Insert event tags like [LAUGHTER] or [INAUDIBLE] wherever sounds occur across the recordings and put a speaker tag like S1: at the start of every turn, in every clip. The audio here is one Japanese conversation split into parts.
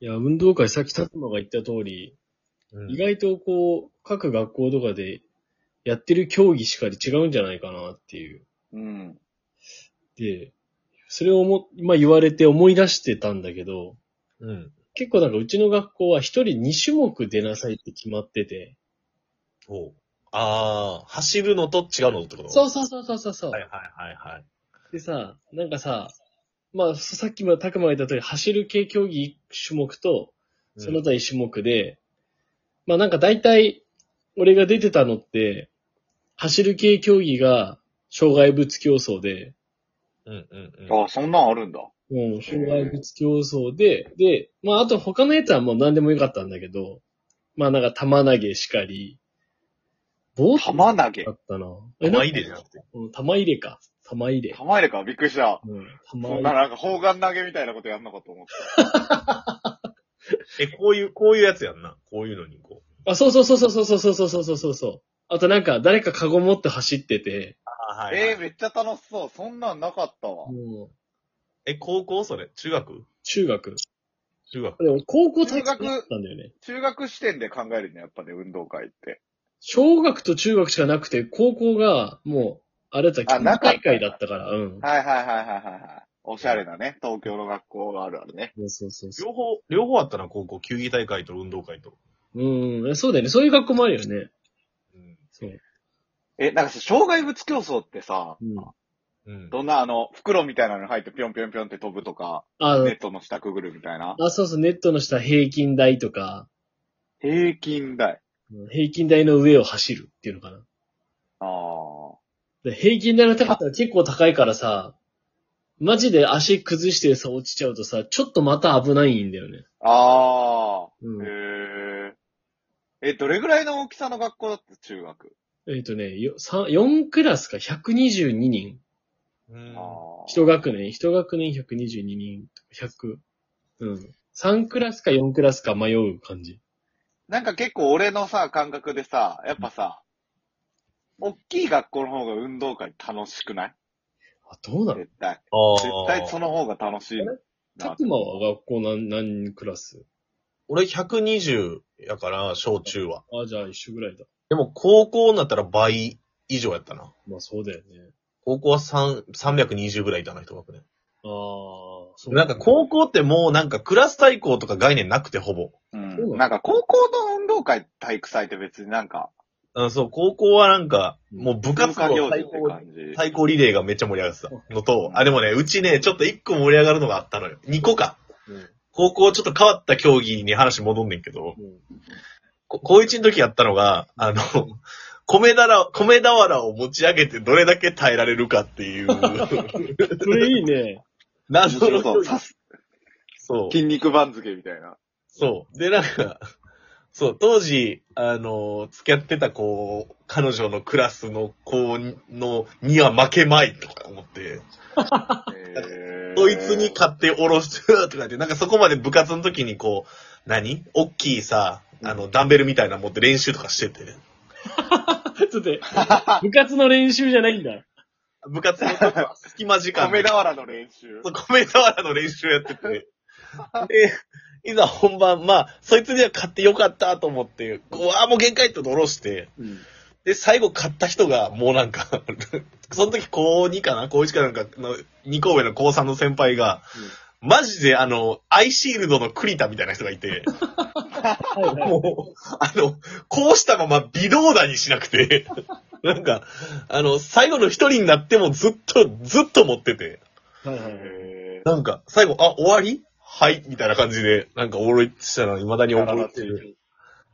S1: いや、運動会さっき佐久間が言った通り、
S2: うん
S1: 意外とこう、各学校とかでやってる競技しかり違うんじゃないかなっていう。
S2: うん。
S1: で、それをも、まあ、言われて思い出してたんだけど、
S2: うん。
S1: 結構なんかうちの学校は一人2種目出なさいって決まってて。
S2: おうああ、走るのと違うのってこと
S1: そうそうそうそうそうそう、
S2: はいはいはいはい。
S1: でさ、なんかさ、まあ、そさっきもたくまが言った通り、走る系競技1種目と、その他1種目で、まあなんか大体、俺が出てたのって、走る系競技が障害物競争で、
S2: うんうんうん。
S3: あ、そんなんあるんだ。
S1: うん、障害物競争で、で、まああと他のやつはもう何でもよかったんだけど、まあなんか玉投げしかり、ボート
S3: 玉投げ
S1: だ。ったな。え
S2: まあいいですよ。
S1: うん玉入れか。玉入れ。
S3: 玉入れか、びっくりした。
S1: うん、玉
S3: そ
S1: 入
S3: ん
S1: れ
S3: な。なんか砲丸投げみたいなことやんのかと思った。
S2: え、こういう、こういうやつやんな。こういうのにこう。
S1: あ、そうそうそうそうそうそうそうそうそうそうそう。あとなんか誰かカゴ持って走ってて、
S2: あは
S3: えー、めっちゃ楽しそう。そんなんなかったわ。
S1: もう
S2: え、高校それ中学
S1: 中学。
S2: 中学。
S1: でも高校体育だったんだよね。
S3: 中学視点で考えるね、やっぱね、運動会って。
S1: 小学と中学しかなくて、高校がもう、あれだった、
S3: あなかった
S1: 大会だったから、うん。
S3: はいはいはいはいはいはい。おしゃれなね、東京の学校があるあるね。
S1: そうそうそうそ
S2: 両方、両方あったな、高校。球技大会と運動会と。
S1: う。うん、そうだよね。そういう学校もあるよね。
S2: うん。
S1: そう。
S3: え、なんかさ、障害物競争ってさ、
S1: うん。
S2: うん。
S3: どんなあの、袋みたいなのに入ってぴょんぴょんぴょんって飛ぶとか、
S1: あ
S3: ネットの下くぐるみたいな。
S1: あ、そうそう、ネットの下平均台とか、
S3: 平均台。
S1: うん平均台の上を走るっていうのかな。
S3: ああ。
S1: で平均台の高さが結構高いからさ、マジで足崩してさ、落ちちゃうとさ、ちょっとまた危ないんだよね。
S3: ああ。
S1: うん。
S3: へえ。え、どれぐらいの大きさの学校だった中学。
S1: えっ、とね、よさ4クラスか122人。
S2: うん
S3: あー
S1: 一学年、一学年122人、100。うん。3クラスか4クラスか迷う感じ。
S3: なんか結構俺のさ、感覚でさ、やっぱさ、大きい学校の方が運動会楽しくない
S1: あ、どうなの
S3: 絶対。
S2: あー
S3: 絶対その方が楽しい
S1: あた
S3: な。
S1: くまは学校何、何クラス
S2: 俺120やから、小中は。
S1: あ、じゃあ一緒ぐらいだ。
S2: でも高校になったら倍以上やったな。
S1: まあそうだよね。
S2: 高校は3 320ぐらいいたな、一学年。
S1: ああ、そう
S2: なんか高校ってもうなんかクラス対抗とか概念なくてほぼ。
S3: うん。なんか高校の運動会体育祭って別になんか、
S2: うん、そう、高校はなんか、もう部活
S3: 文化行
S2: 動
S3: 事っ
S2: 対
S3: て
S2: 抗、
S3: 感じ。
S2: 対抗リレーがめっちゃ盛り上がってたのと、あ、でもね、うちね、ちょっと1個盛り上がるのがあったのよ。2個か。
S1: うん。
S2: 高校ちょっと変わった競技に話戻んねんけど、
S1: うん。
S2: こ高1の時やったのが、あの、 [LAUGHS] 米だら、米俵を持ち上げてどれだけ耐えられるかっていう、
S1: [LAUGHS] それいいね。
S3: 面
S2: [LAUGHS] 謎の
S3: 白そ
S2: 競
S3: う。
S2: 技。
S3: さす
S2: そう。
S3: 筋肉番付みたいな。
S2: そう。で、なんか、そう、当時、あの、付き合ってた子、彼女のクラスの子の、には負けまいとか思って、 [LAUGHS]
S3: へー
S2: ドイツに勝っておろすとかって、なんかそこまで部活の時にこう、何大きいさ、あの、ダンベルみたいなの持って練習とかしてて、
S1: ちょっと待っ
S3: [LAUGHS]
S1: て、部活の練習じゃないんだ。
S2: 部活の時は隙間時間
S3: [LAUGHS] 米
S2: で、
S3: 俵の練習。
S2: そう米俵の練習やってて、で、いざ本番、まあ、そいつには勝ってよかったと思って、うわあ、もう限界って下ろして、
S1: うん。
S2: で、最後買った人が、もうなんか、 [LAUGHS] その時高2かな高1かなんかの、2個上の高3の先輩が、マジであの、アイシールドの栗田みたいな人がい [LAUGHS] て、
S1: はいはい。
S2: もう、あの、こうしたまま微動だにしなくて、 [LAUGHS] なんか、あの、最後の一人になってもずっと、ずっと持ってて、
S1: はいはいはい。
S3: へ
S2: なんか、最後、あ、終わりはい、みたいな感じで、なんか、おろいしたの未だに
S3: ー
S2: 覚えてる。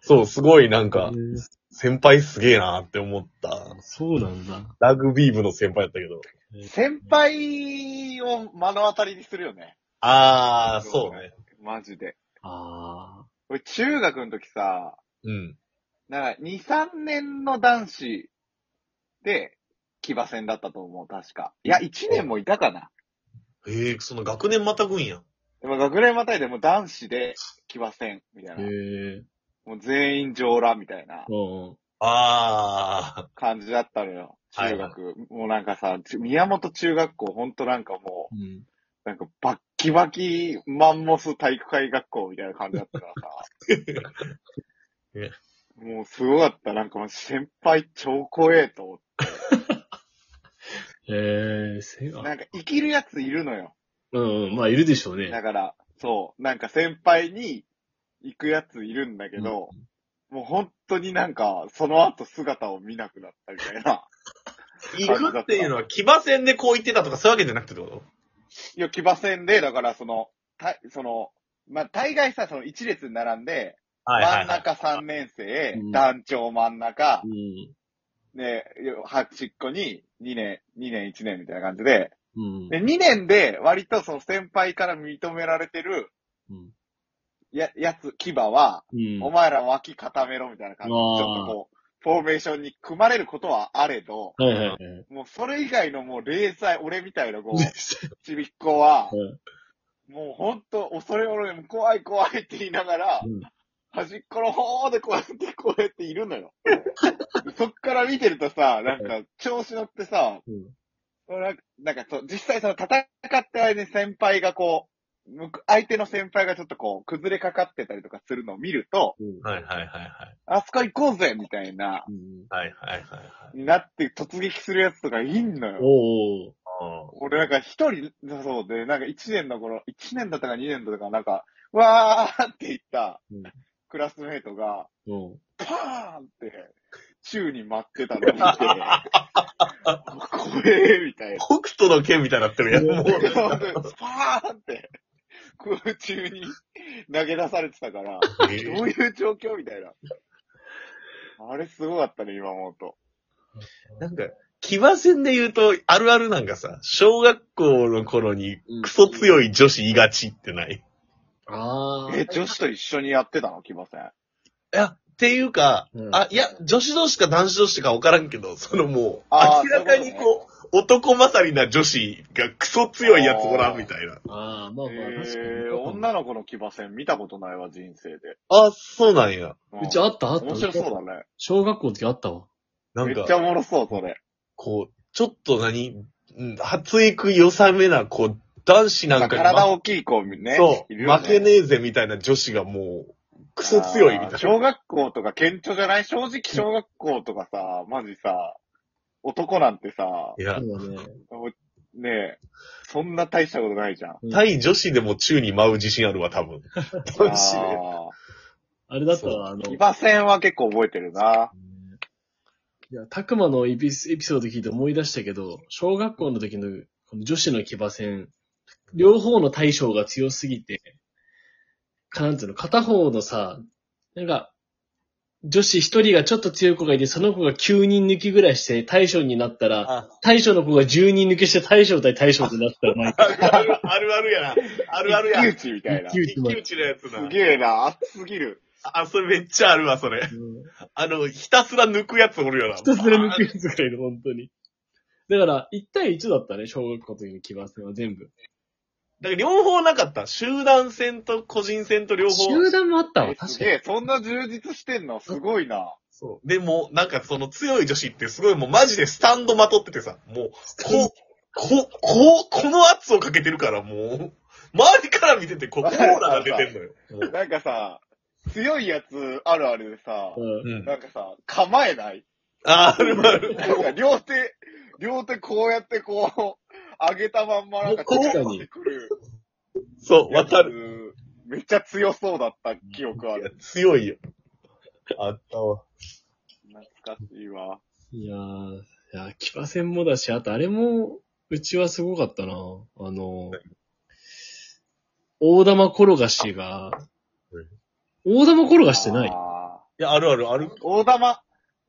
S2: そう、すごいなんか、
S1: えー
S2: 先輩すげえなって思った。
S1: そうなんだ。
S2: ラグビー部の先輩やったけど。
S3: 先輩を目の当たりにするよね。
S2: あー、そうね。
S3: マジで。
S1: ああ。
S3: 俺、中学の時さ、
S2: うん。
S3: なんか、2、3年の男子で、騎馬戦だったと思う、確か。いや、1年もいたかな。
S2: へえ、その学年またぐんや。
S3: でも、学年またいでもう男子で騎馬戦、みたい
S1: へ
S3: な。
S1: え。
S3: もう全員上羅みたいな
S1: うんうん。
S2: あ
S3: 感じだったのよ。
S2: はい
S3: 中学。もうなんかさ、ち宮本中学校、ほんとなんかも
S1: うん。
S3: う、なんかバッキキバキマンモス体育会学校みたいな感じだったからさ。もうすごかった。なんかもう先輩超怖えと思っ
S1: えー、せ
S3: て。
S1: あ
S3: なんか生きるやついるのよ。
S1: うん、うん、まあ、いるでしょう
S3: だ
S1: ね。
S3: から、そう、なんか先輩に行くやついるんだけど、もう本当になんか、その後姿を見なくなったみたいな。
S2: [LAUGHS] 行くっていうのは、騎馬戦でこう言ってたとかそういうわけじゃなくてってこと
S3: いや、騎馬戦で、だからその、た、その、まあ、大概さ、その一列に並んで、
S2: は
S3: 真ん中3年生
S1: うん、
S3: 団長真ん中
S1: う、ん。
S3: ね、端っこに2年、2年1年みたいな感じで、
S1: うん。
S3: で、2年で割とその先輩から認められてる
S1: うん。
S3: や、やつ、牙は、
S1: うん
S3: お前ら脇固めろみたいな感じで、
S1: あ
S3: ち
S1: ー
S3: ょっとこう、フォーメーションに組まれることはあれど、
S1: はいはいはい。
S3: もうそれ以外のもう零細、俺みたいなこう、ちびっこは
S1: う、ん
S3: もうほんと恐れおのでも怖い怖いって言いながら、
S1: うん
S3: 端っこの方でこうやってこうやっている
S1: [LAUGHS]
S3: のよ。そっから見てるとさ、なんか調子乗ってさ、
S1: うん
S3: なんかなんかそう実際その戦ってる間に先輩がこう、向く相手の先輩がちょっとこう、崩れかかってたりとかするのを見ると、
S1: うん
S2: はいはいはいはい。
S3: あそこ行こうぜみたいな、
S1: うん
S2: はいはいはいはい。
S3: になって突撃するやつとかいんのよ。
S1: おー
S2: あ
S3: 俺なんか一人だそうで、なんか一年の頃、一年だったか二年だったかなんか、わーって言った
S1: うん
S3: クラスメイトが、
S1: うん。
S3: パーンって、宙に舞ってた
S1: [LAUGHS]
S3: の見て、怖えみたいな。
S2: 北斗の剣みたいになってるやん。
S1: うん
S2: もう
S3: パーンって、空中に投げ出されてたから、どういう状況みたいな。あれすごかったね、今思うと。
S2: [LAUGHS] なんか、騎馬戦で言うと、あるあるなんかさ、小学校の頃にクソ強い女子いがちってない、
S1: あー
S3: え、女子と一緒にやってたの来ません。
S2: いや、っていうか、
S1: うん
S2: あ、いや、女子同士か男子同士か分からんけど、そのもう、
S3: あー
S2: 明らかにこう、男勝りな女子がクソ強いやつおらんみたいな。
S1: あー、まあまあ、確かに。
S3: えー、女の子の騎馬戦見たことないわ、人生で。
S2: あ、そうなんや。
S3: うん
S1: うちあったあった。
S3: 面白そうだね。
S1: 小学校の時あったわ。
S2: な
S3: め
S2: ん
S3: っち
S2: か、
S3: ゃおもろそう、それ。
S2: こう、ちょっと何、うん発育良さめな、こう、男子なんかに
S3: 体大きい子ね。
S2: そう、
S3: いるよ
S2: 負けねえぜみたいな女子がもう、クソ強いみ
S3: あー
S2: たいな。
S3: 小学校とか顕著じゃない正直小学校とかさ、マジさ、男なんてさ
S2: い、
S1: そ
S2: や、
S1: うだね。
S3: ねえ、そんな大したことないじゃん。
S2: 対女子でも宙に舞う自信あるわ、多分。男子で。
S3: あ
S1: あれだったわ、あの
S3: ー。騎馬戦は結構覚えてるな。
S1: いや、たくまのエピエピソード聞いて思い出したけど、小学校の時のこの女子の騎馬戦、両方の大将が強すぎて、かなんていうの、片方のさ、なんか、女子一人がちょっと強い子がいて、その子が9人抜きぐらいして大将になったら、
S2: あ
S1: 大将の子が10人抜きして大将対大将になったら、まあ、
S2: あるあるあるやな。あるあるや
S3: 一騎
S2: な
S3: 打ちみたいな。
S1: 一騎
S3: す
S1: 打ちまで
S2: 一騎打ちのやつな。
S3: げえな、熱すぎる。
S2: あ、それめっちゃあるわ、それ。
S1: うん
S2: あの、ひたすら抜くやつおるよな。
S1: ひたすら抜くやつがいる、本当に。だから、1対1だったね、小学校の時の騎馬戦は全部。
S2: だから両方なかった。集団戦と個人戦と両方。
S1: 集団もあったわ、
S3: え
S1: 確
S3: す
S1: か
S3: げえ、そんな充実してんのすごいな。
S2: そう。でも、なんかその強い女子ってすごいもうマジでスタンドまとっててさ、もう、こう、こう、こう、この圧をかけてるからもう、周りから見てて、こう、コーラが出てんのよ。もう
S3: なんかさ、強いやつあるあるでさ、
S1: に。うん。
S2: うん。
S3: なんかさ、構えない
S2: あ、あるある。
S3: なんか両手、両手こうやってこう、上げたまんまなんか
S1: 確かに
S3: ってくる。
S2: そう、わかる。
S3: る。めっちゃ強そうだった記憶あ
S2: いや
S3: る。
S2: 強いよ。あったわ。
S3: 懐かしいわ。
S1: いやー、いやー、騎馬戦もだし、あとあれも、うちはすごかったな。あの、大玉転がしが、大玉転がしてない
S3: あ
S2: いや、あるある、ある
S3: ー。大玉、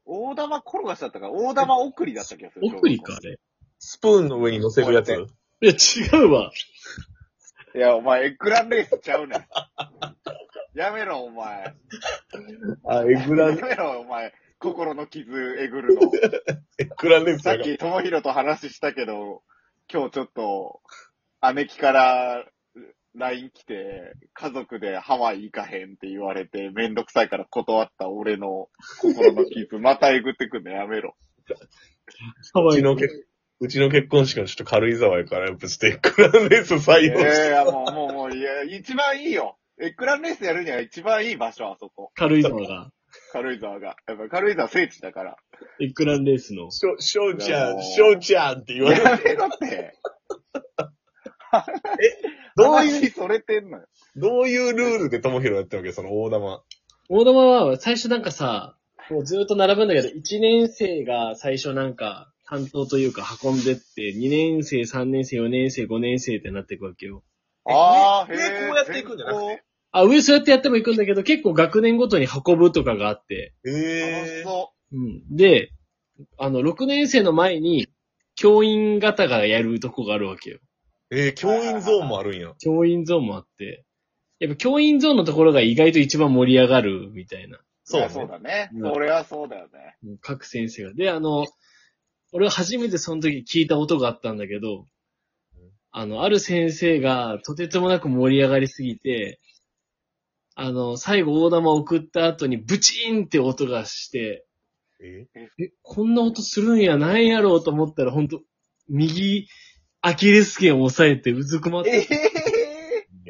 S3: 大玉転がしだったから、大玉送りだった気がする。
S1: 送りか、あれ。
S2: スプーンの上に乗せるやつ。
S3: こ
S1: いや、違うわ。
S3: いや、お前、エッグランレースちゃうねん。 [LAUGHS] やめろ、お前。
S2: あ、エグラン、
S3: やめろ、お前。心の傷え
S1: [LAUGHS]
S3: ぐるの。
S2: エグランです
S3: さ
S2: よ
S3: っ。き、ともひろと話したけど、今日ちょっと、姉貴から LINE 来て、家族でハワイ行かへんって言われて、めんどくさいから断った俺の心の傷、またえぐってくんのやめろ。
S1: ハ
S2: う
S1: ワ
S2: ち
S1: イの
S2: のけ、ううちの結婚式のちょっと軽井沢やから、やっぱステックランレース採
S3: い
S2: 用して、
S3: やいや、もう、もう、もう、いや、一番いいよ。エクランレースやるには一番いい場所、あそこ。
S1: 軽井沢が、
S3: 軽井沢が。やっぱ軽井沢聖地だから。
S1: エクランレースの。
S2: しょ、しょうちゃ
S3: いや
S2: ん、
S3: もう
S2: しょうちゃんって言われる。
S3: やめろって。
S2: どういう、
S3: 話それてんのよ。
S2: どういうルールでともひろやってるわけその大玉。
S1: 大玉は、最初なんかさ、もうずっと並ぶんだけど、1年生が最初なんか、担当というか運んでって、2年生、3年生、4年生、5年生ってなっていくわけよ。
S3: あー
S2: え
S3: へー
S2: こうやっていくんじゃなくて。
S1: あ、上そうやってやっても行くんだけど、結構学年ごとに運ぶとかがあって。
S3: 楽
S2: え
S3: し
S2: えー。
S3: そ
S1: うん。で、あの、6年生の前に、教員方がやるとこがあるわけよ。
S2: えー、教員ゾーンもあるんや。
S1: 教員ゾーンもあって。やっぱ教員ゾーンのところが意外と一番盛り上がるみたいな。
S3: う。
S2: そう
S3: い
S2: ね
S3: やそうだね。
S1: うん
S3: それはそうだよね。
S1: うん各先生が。で、あの、俺は初めてその時聞いた音があったんだけど
S2: うん、
S1: あの、ある先生がとてつもなく盛り上がりすぎて、あの、最後大玉を送った後にブチーンって音がして、
S2: え
S1: え、こんな音するんやないやろうと思ったら、ほんと、右、アキレス腱を押さえてうずくまっ
S3: え
S1: て、
S3: え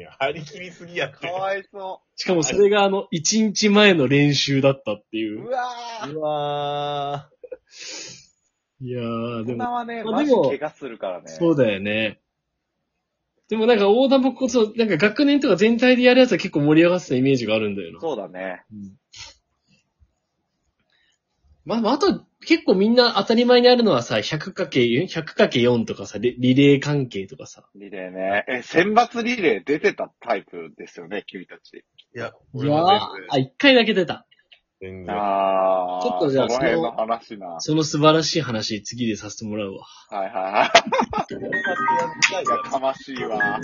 S2: いや、張り切りすぎやっ
S3: ー、
S2: て
S3: か。わいそ。
S1: しかもそれがあの、一日前の練習だったっていう
S3: う
S1: う。
S3: わー。
S2: うわ
S1: いやー、で
S3: 大人
S1: も、
S3: はね、
S1: まあ
S3: マ
S1: で
S3: ジ
S1: も
S3: 怪我するからね。
S1: そうだよね。でもなんか、大玉こそ、なんか学年とか全体でやるやつは結構盛り上がってたイメージがあるんだよな。
S3: そうだね。
S1: うんまあ、まあ、あと、結構みんな当たり前にあるのはさ、100×4 100×4 とかさ、リリレー関係とかさ。
S3: リレーね。え、選抜リレー出てたタイプですよね、君たち。
S2: ー。いや、
S1: い
S2: 俺
S1: やー
S2: も
S1: あ、一回だけ出た。
S2: 全然。全然。
S3: ああ。
S1: ちょっとじゃあ
S3: その辺の話な。は
S1: その素晴らしい話、次でさせてもらうわ。
S3: いはいはい。いや、かましいわ。